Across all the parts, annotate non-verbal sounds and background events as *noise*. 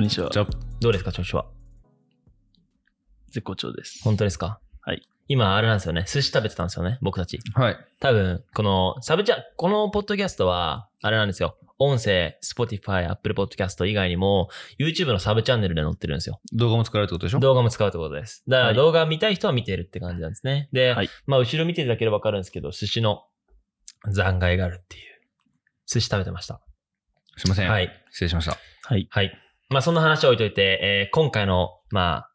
んにちはじ。ゃどうですか、調子は。絶好調です。本当ですかはい。今、あれなんですよね。寿司食べてたんですよね、僕たち。はい。多分、この、サブチャ、このポッドキャストは、あれなんですよ。音声、Spotify、Apple Podcast 以外にも、YouTube のサブチャンネルで載ってるんですよ。動画も使われるってことでしょ動画も使うってことです。だかはらい動画見たい人は見てるって感じなんですね。で、はいまあ、後ろ見ていただければわかるんですけど、寿司の残骸があるっていう。寿司食べてました。すいません。はい。失礼しました。はい。はい。まあ、そんな話は置いといて、えー今回の、まあ、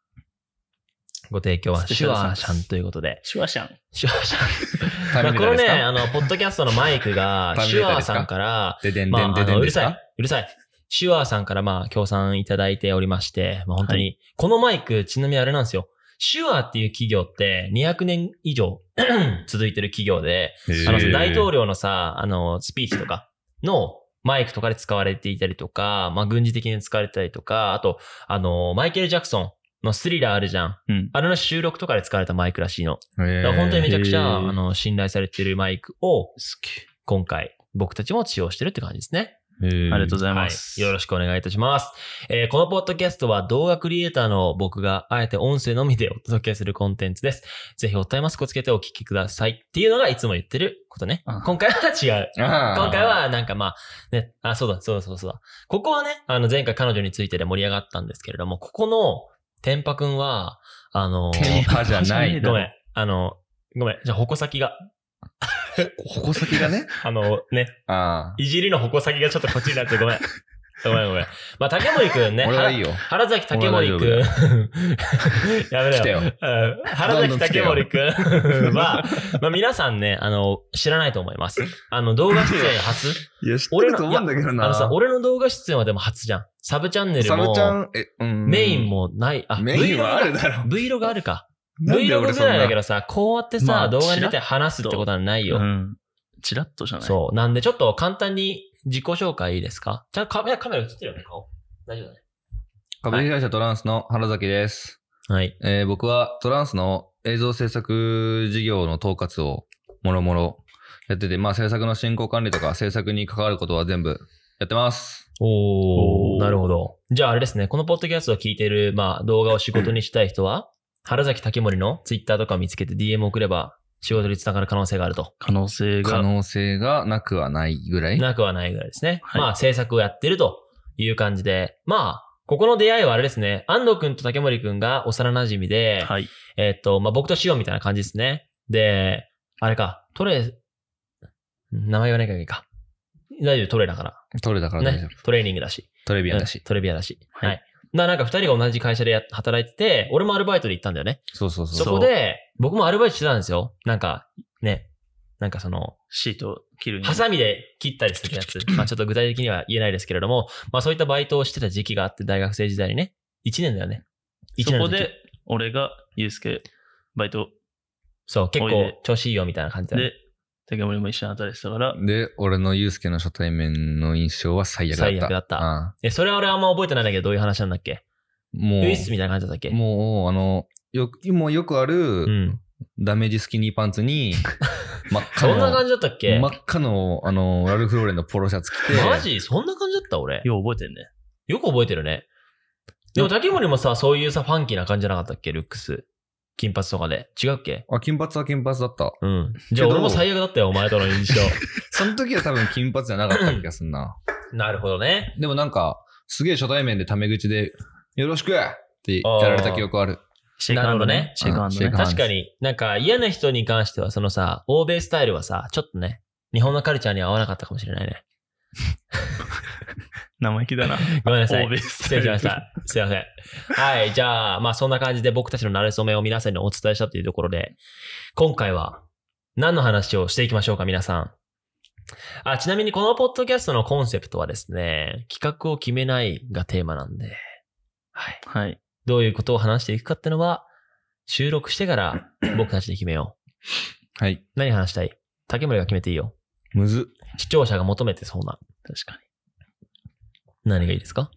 ご提供は、スシペシャュルサワーービスシャンということで、シュワシャン。シュワーシャン。タイまミあ、ングこじゃなのいでね、すかあの、ポッドキャストのマイクが、タイミンシュグじゃなワいーですかさんから、ででんまでんあ、であんでのうんでるすさかい、うるさい。シュワーさんから、まあ、協賛いただいておりまして、まあ、本当に、はこのマイク、ちなみにあれなんですよ。シュワーっていう企業って、200年以上 *clears throat* 続いてる企業で、あのへー大統領のさ、あの、スピーチとかのマイクとかで使われていたりとか、まあ、軍事的に使われてたりとか、あと、あの、マイケル・ジャクソンのスリラーあるじゃん。うん。あれの収録とかで使われたマイクらしいの。へだーから本当にめちゃくちへゃ、ーあの、信頼されてるマイクを、今回、僕たちも使用してるって感じですね。へーありがとうございはまいす。。よろしくお願いいたします。えーこのポッドキャストは動画クリエイターの僕があえて音声のみでお届けするコンテンツです。ぜひおったいマスクをつけてお聞きください。っていうのがいつも言ってることねあ。今回は違う。 *laughs* あー今回はなんかまあ、ね、あ、そうだ、そうだ、そうだ、そうだ。ここはね、あの前回彼女についてで盛り上がったんですけれども、ここの天パくんは、あのー天パじゃな天い。パごめん、あの、ごめん、じゃあ矛先が、矛先 *laughs* がね。あのね、あいじりの矛先がちょっとこっちになってごめん。ごめんごめん。まあ、竹森くんね。 *laughs* あ。俺は *laughs* いいよ。原崎竹森くん。俺 *laughs* やめろ来てよ。よ。うん原ど崎んどん来て竹よ森くんは、まあ皆さんね、あの、知らないと思います。あの、動画出演初いや、知って俺るのと思うんだけどあな。のさ、俺の動画出演はでも初じゃん。サブチャンネルサブもち、ゃん、え、うん。メイン。もない。あ、メインはあるだろ。 Vlog があるか。なんで Vlog ぐ俺そんらいだけな。どさ、こうやってさ、まあ動画に出て話すってことはないよ。うん。チラッとじゃないそう。なんでちょっと簡単に自己紹介いいですかちゃんとカメラカメラ映ってるよね、顔。大丈夫だね。株式会社トランスの原崎です。はい。えー僕はトランスの映像制作事業の統括をもろもろやってて、まあ制作の進行管理とか制作に関わることは全部やってます。おおーーなるほど。じゃああれですね、このポッドキャストを聞いてる、まあ動画を仕事にしたい人は、原崎竹森のツイッターとか見つけて DM 送れば、仕事に繋がる可能性があると。可能性可が。能性がなくはないぐらい。なくはないぐらいですね。はいまあ制作をやってるという感じで、まあ、ここの出会いはあれですね、安藤くんと竹森くんが幼馴染で、はい。えっと、まあ僕としようみたいな感じですね。で、あれか、トレ、名前言わなきゃいいか。大丈夫、トレだか。トレだからら大丈夫。ね。トレーニングだし。トレビアンだしうん。トレビアだし。はいはい。な、なんか二人が同じ会社でや働いてて、俺もアルバイトで行ったんだよね。そうそうそう。そこで、僕もアルバイトしてたんですよ。なんか、ね。なんかその、シートを切るに。ハサミで切ったりするやつ。まあちょっと具体的には言えないですけれども、まあそういったバイトをしてた時期があって、大学生時代にね。1年だよね。1そ年のこ時で。、俺が、ゆうすけ、バイトそう、結おい構で調子いいよみたいな感じだねで、竹森も一緒に働いてたから、で、俺のユうスケの初対面の印象は最悪だった。最悪だったああえ、それは俺あんま覚えてないんだけど、どういう話なんだっけもウイスみう、たいな感じだったっけもう、あの、よく、もうよくある、うん。ダメージスキニーパンツ *laughs* に、真っ赤その、んな感じだったっけ真っ赤の、あの、ラルフローレンのポロシャツ着て、マジそんな感じだった俺。よう覚えてんね。よく覚えてるね。でも竹森もさ、そういうさ、ファンキーな感じじゃなかったっけルックス。金髪とかで。違うっけあ、金髪は金髪だった。うん。じゃあけど俺も最悪だったよ、お前との印 *laughs* 象。その時は多分金髪じゃなかった気がす *laughs* んな。なるほどね。でもなんか、すげえ初対面でタメ口で、よろしくってやられた記憶ある。シェイクハンドね。シェイクハンドシェイねク。ハン確かに、なんか嫌な人に関しては、そのさ、欧米スタイルはさ、ちょっとね、日本のカルチャーには合わなかったかもしれないね。生意気だな。ごめんなさい欧。米ス失タイ礼ルしました。 *laughs* すいません。はい。じゃあ、まあそんな感じで僕たちの慣れ初めを皆さんにお伝えしたというところで、今回は何の話をしていきましょうか、皆さん。あ、ちなみにこのポッドキャストのコンセプトはですね、企画を決めないがテーマなんで、はい。はい。どういうことを話していくかってのは、収録してから僕たちで決めよう。はい。何話したい竹森が決めていいよ。むずっ。視聴者が求めてそうな。確かに。何がいいですか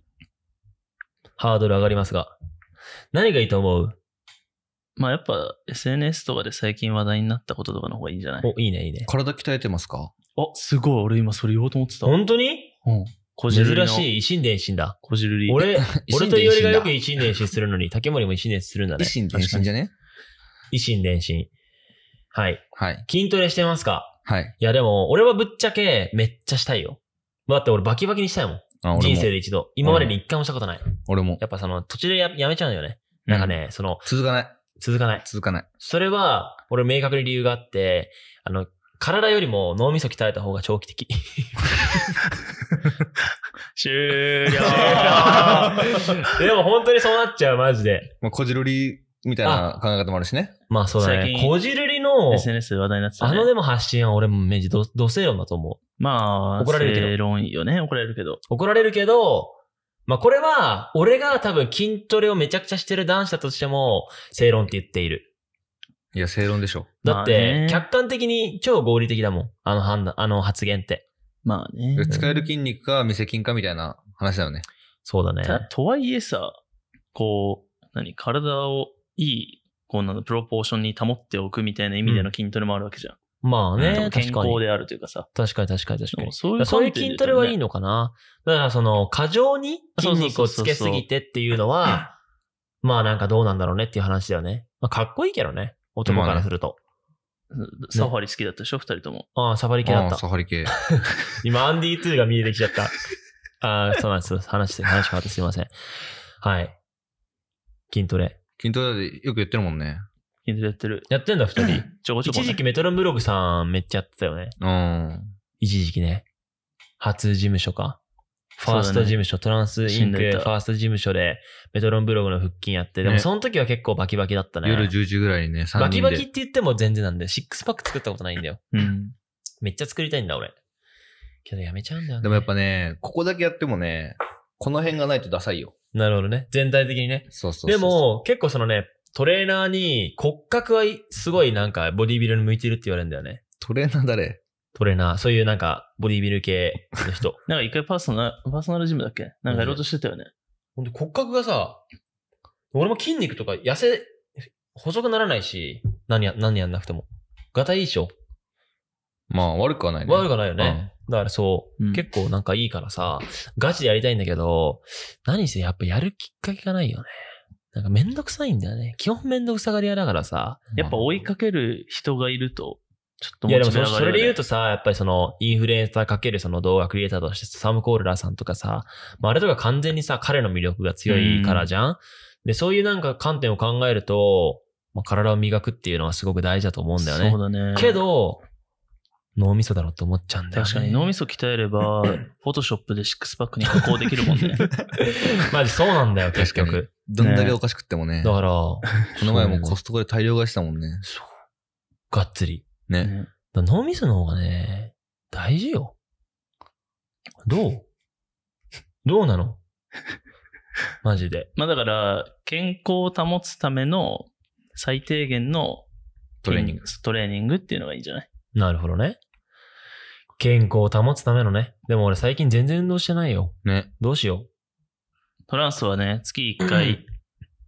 ハードル上がりますが。何がいいと思うまあやっぱ SNS とかで最近話題になったこととかの方がいいんじゃないお、いいね、いいね。体鍛えてますかあ、すごい。俺今それ言おうと思ってた。本当にうんこじるりの。珍しい、一心伝心だ。こじるり。俺、一 *laughs* 俺心伝心だといおりがよく一心伝心するのに、竹森も一心伝心するんだね一。心伝心じゃね一心伝心。はい。はい。筋トレしてますかはい。いやでも、俺はぶっちゃけ、めっちゃしたいよ。だって俺バキバキにしたいもん。あ俺も人生で一度。今までに一回もしたことない。俺も。やっぱその、途中でややめちゃうんだよね。なんかね、その、続かない。続かない。続かない。それは、俺明確に理由があって、あの、体よりも脳みそ鍛えた方が長期的。 *laughs* *laughs* 終了でも本当にそうなっちゃう、マジで。まあ、こじるりみたいな考え方もあるしね。まあそうだ最ね。近こじるりの、 SNS で話題になってた、あね。のでも発信は俺も明治ど、ど正論だと思う。まあ、怒られるけど正論よね。怒られるけど。怒られるけど、まあこれは、俺が多分筋トレをめちゃくちゃしてる男子だとしても、正論って言っている。いや、正論でしょ。だっまあねて、客観的に超合理的だもん。あの判断、あの発言って。まあね。使える筋肉か、見せ筋かみたいな話だよね。そうだね。たとはいえさ、こう、何、体をいい、こうなんだプロポーションに保っておくみたいな意味での筋トレもあるわけじゃん。まあね、健確か康に。であるというかさ。確かに確かに確かに。そうだからそういう観点筋でトレ言うとはいいのかな。だからその、過剰に筋肉をつけすぎてっていうの *laughs* は、まあなんかどうなんだろうねっていう話だよね。まあかっこいいけどね。男からすると。サファリ好きだったでしょ、二人とも。ああ、サファリ系だあっあ、た。サファリ系。今、アンディ2が見えてきちゃった。ああ、*laughs* そうなんです。話して、話変わってすいません。はい。筋トレ。筋トレでよく言ってるもんね。筋トレやってる。やってんだ、二人。ちょこちょこ、一ね。時期メトロブログさんめっちゃやってたよね。うん。一時期ね。初事務所か。ファースト事務所、トランスイ死んンク、でフたァースト事務所で、メトロンブログの腹筋やって、でもねその時は結構バキバキだったね。夜10時ぐらいにね、3人で。バキバキって言っても全然なんで、シックスパック作ったことないんだよ。うん。めっちゃ作りたいんだ、俺。けどやめちゃうんだよね。でもやっぱね、ここだけやってもね、この辺がないとダサいよ。なるほどね。全体的にね。そうそうそうで、も、結構そのね、トレーナーに骨格はいすごいなんかボディビルに向いてるって言われるんだよね。トレーナー誰トレーナー、そういうなんかボディビル系の *laughs* 人。なんか一回パーソナル、パーソナルジムだっけなんかやろうとしてたよね。ほんと骨格がさ、俺も筋肉とか痩せ、細くならないし、何や、何やんなくても。がたいいでしょまあ悪くはないね。悪くないよね。だからそう、うん結構なんかいいからさ、ガチでやりたいんだけど、何せやっぱやるきっかけがないよね。なんかめんどくさいんだよね。基本めんどくさがり屋だからさ。やっぱ追いかける人がいると、ちょっといやでもそモれチベそれで言う上がるよねとさ、やっぱりそのインフルエンサーかけるその動画クリエイターとしてサム・コールラーさんとかさ、まあ、あれとか完全にさ、彼の魅力が強いからじゃん、で、そういうなんか観点を考えると、まあ、体を磨くっていうのはすごく大事だと思うんだよね。そうだね。け、ど、脳みそだろうと思っちゃうんだよね。確かに脳みそ鍛えれば、フォトショップでシックスパックに加工できるもんね。マジそうなん *laughs* だよ、結確かに局。どんだけおかしくってもね。だこから、この前もコストコで大量買いしたもんね。そう。がっつり。ね。ねだから脳みその方がね、大事よ。どうどうなのマジで。まあだから、健康を保つための最低限のトレーニング。筋トレーニングっていうのがいいんじゃないなるほどね。健康を保つためのね。でも俺最近全然運動してないよ。ね。どうしよトランスはね、月1回、う。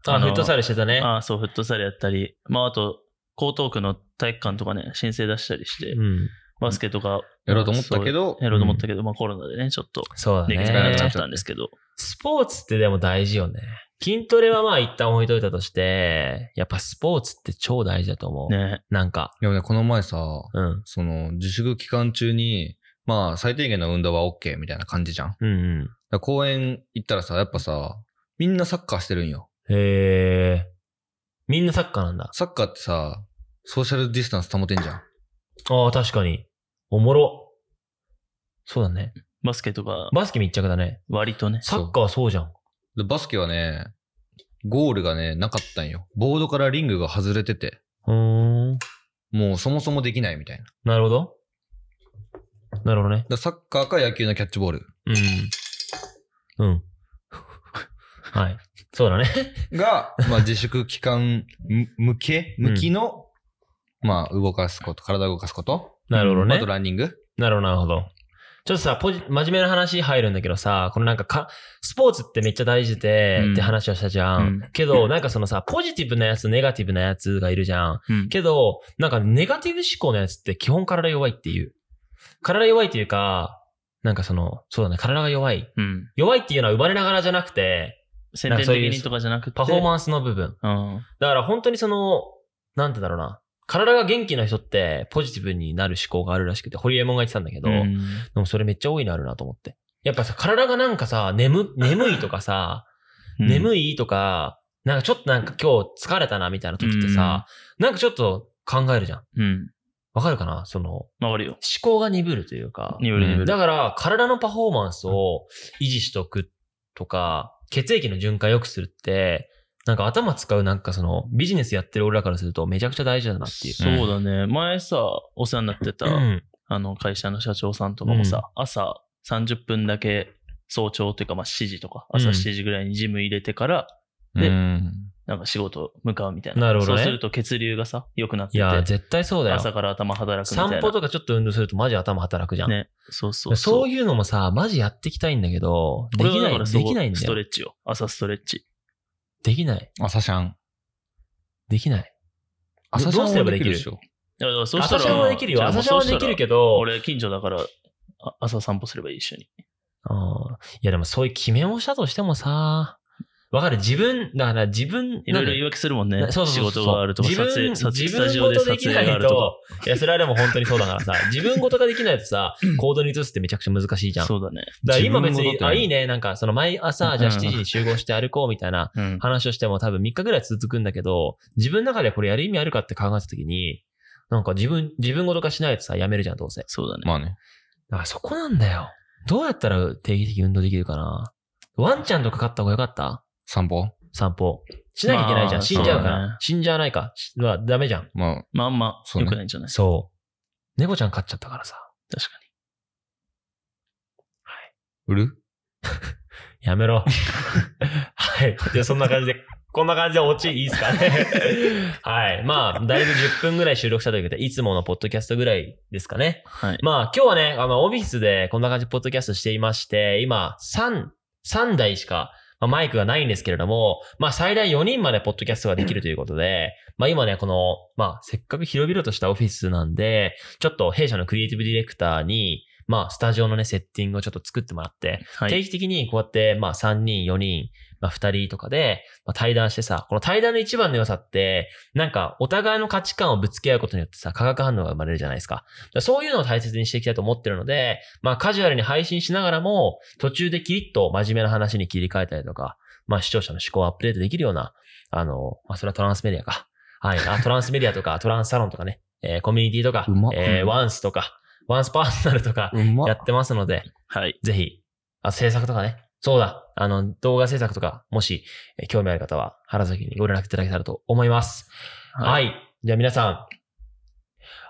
あ、あのフットサルしてたね。ああそう、フットサルやったり、まああと、江東区の体育館とかね、申請出したりして、うん。バスケとか、やろうと思ったけどそうやろうと思ったけど、まあコロナでね、ちょっとそうだできなくなっねちゃっ。たんですけど、スポーツってでも大事よね。筋トレはまあ一旦置いといたとして、やっぱスポーツって超大事だと思う。ね、なんか、でもね、この前さ、うん。その自粛期間中に、まあ最低限の運動は OK みたいな感じじゃん。だかうんうん。ら公園行ったらさ、やっぱさ、みんなサッカーしてるんよ。へえ。みんなサッカーなんだ。サッカーってさ、ソーシャルディスタンス保てんじゃん。ああ、確かに。おもろ。そうだね。バスケとか、バスケ密着だね。割とね、サッカーはそうじゃん。で、バスケはね、ゴールがね、なかったんよ。ボードからリングが外れてて、うーん。もうそもそもできないみたいな。だかなるほど。なるほどね。らサッカーか野球のキャッチボールうん。 *laughs* うん。はい。そう *laughs* だね。が、まあ自粛期間む向け、向きの、まあ動かすこと、体を動かすこと、なるほどあねと。ランニング。なるほど、なるほど。ちょっとさ、ポジ、真面目な話入るんだけどさ、このなんかか、スポーツってめっちゃ大事で、うんって話をしたじゃん。うんけど、なんかそのさ、ポジティブなやつ、ネガティブなやつがいるじゃん。うんけど、なんかネガティブ思考のやつって基本体弱いっていう。体弱いっていうか、なんかその、そうだね、体が弱い。うん。弱いっていうのは生まれながらじゃなくて、先なん天かそ的ういうにとかじゃなくて。パフォーンマンスの部分。うん。だから本当にその、なんてだろうな。体が元気な人ってポジティブになる思考があるらしくて、ホリエモンが言ってたんだけど、うでんもそれめっちゃ多いのあるなと思って。やっぱさ、体がなんかさ、眠、眠いとかさ、眠いとか、なんかちょっとなんか今日疲れたなみたいな時ってさ、なんかちょっと考えるじゃん。うん。わかるかなその、思わかるよ。考が鈍るというか。ニブルニブル。だから、体のパフォーマンスを維持しとくとか、血液の循環良くするって、なんか頭使うなんかその、ビジネスやってる俺らからするとめちゃくちゃ大事だなっていう。そうだね。前さ、お世話になってた、うんあの、会社の社長さんとかもさ、朝30分だけ早朝というか、まあ7時とか、朝うん7時ぐらいにジム入れてから、でなんか仕事向かうみたいな。なるほどねそうすると血流がさ、良くなっていや、て、絶対そうだよ。朝から頭働くみたい散な。歩とかちょっと運動するとマジ頭働くじゃん。ね。そうそそうういうのもさ、マジやっていきたいんだけど、でこれきはだなからい、そうできないんだストレよ。ッチよ。朝ストレッチ。できない。朝シャン。できない。朝シャどンうすればできるでしょ。だからそうし朝たらシャンはできるよ。じゃあ朝もうシャンはそうでしたきらるけど、俺、近所だから、あ朝散歩すればいい一緒に。うんいやでもそういう決めをしたとしてもさ、わかる自分、だから自分、いろないろん言いか訳するもんね。そうそうそう仕事があるとか、自撮分影、撮影自ス分タジオで撮事でき影ないがあるとと、いや、それはでも本当にそうだ *laughs* からさ、自分事ができないとさ、行動に移すってめちゃくちゃ難しいじゃか。ん。だそうだね。から今別自分事にっ、てあ、何いいね、なんかその毎朝、じゃあうん7時に集合して歩こうみたいなうん。話をしても多分3日ぐらい続くんだけど、自分の中でこれやる意味あるかって考えた時に、なんか自分、自分事化しないとさ、やめるじゃん、どうせ。そうだね。まあね。だからそこなんだよ。どうやったら定期的に運動できるかなワンちゃんとか飼った方がよかった散歩散歩。しなきゃいけないじゃん。まあ死んじゃうかそうら。だね死んじゃわないか。しまあ、ダメじゃん。まあ、まああんまそう良ねくないんじゃないそう。猫ちゃん飼っちゃったからさ。確か売るやめろ。はい。じゃあそんな感じで、こんな感じでオチいいですかね。 *laughs* はい。まあ、だいぶ10分ぐらい収録したということで、いつものポッドキャストぐらいですかね。に。はい。まあ、今日はね、あの、オフィスでこんな感じでポッドキャストしていまして、今、3、3台しか、まあ、マイクがないんですけれども、まあ、最大4人までポッドキャストができるということで、まあ、今ね、この、まあ、せっかく広々としたオフィスなんで、ちょっと弊社のクリエイティブディレクターに、まあ、スタジオのね、セッティングをちょっと作ってもらって、は定い。期的にこうやって、まあ3人、4人、まあ2人とかで、まあ、対談してさ、この対談の一番の良さって、なんかお互いの価値観をぶつけ合うことによってさ、化学反応が生まれるじゃないですか。だからそういうのを大切にしていきたいと思ってるので、まあカジュアルに配信しながらも、途中でキリッと真面目な話に切り替えたりとか、まあ視聴者の思考をアップデートできるような、あの、まあそれはトランスメディアか。はい。あトランスメディアとか、 *laughs* トランスサロンとかね、えーコミュニティとかうま、えーワンスとか、ワンスパーソナルとか、うまやってますので、はい。ぜひ、あ、制作とかね。そうだ。あの、動画制作とか、もし、えー興味ある方は、原崎にご連絡いただけたらと思います。はい。じゃあ皆さん、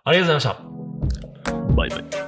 ありがとうございました。バイバイ。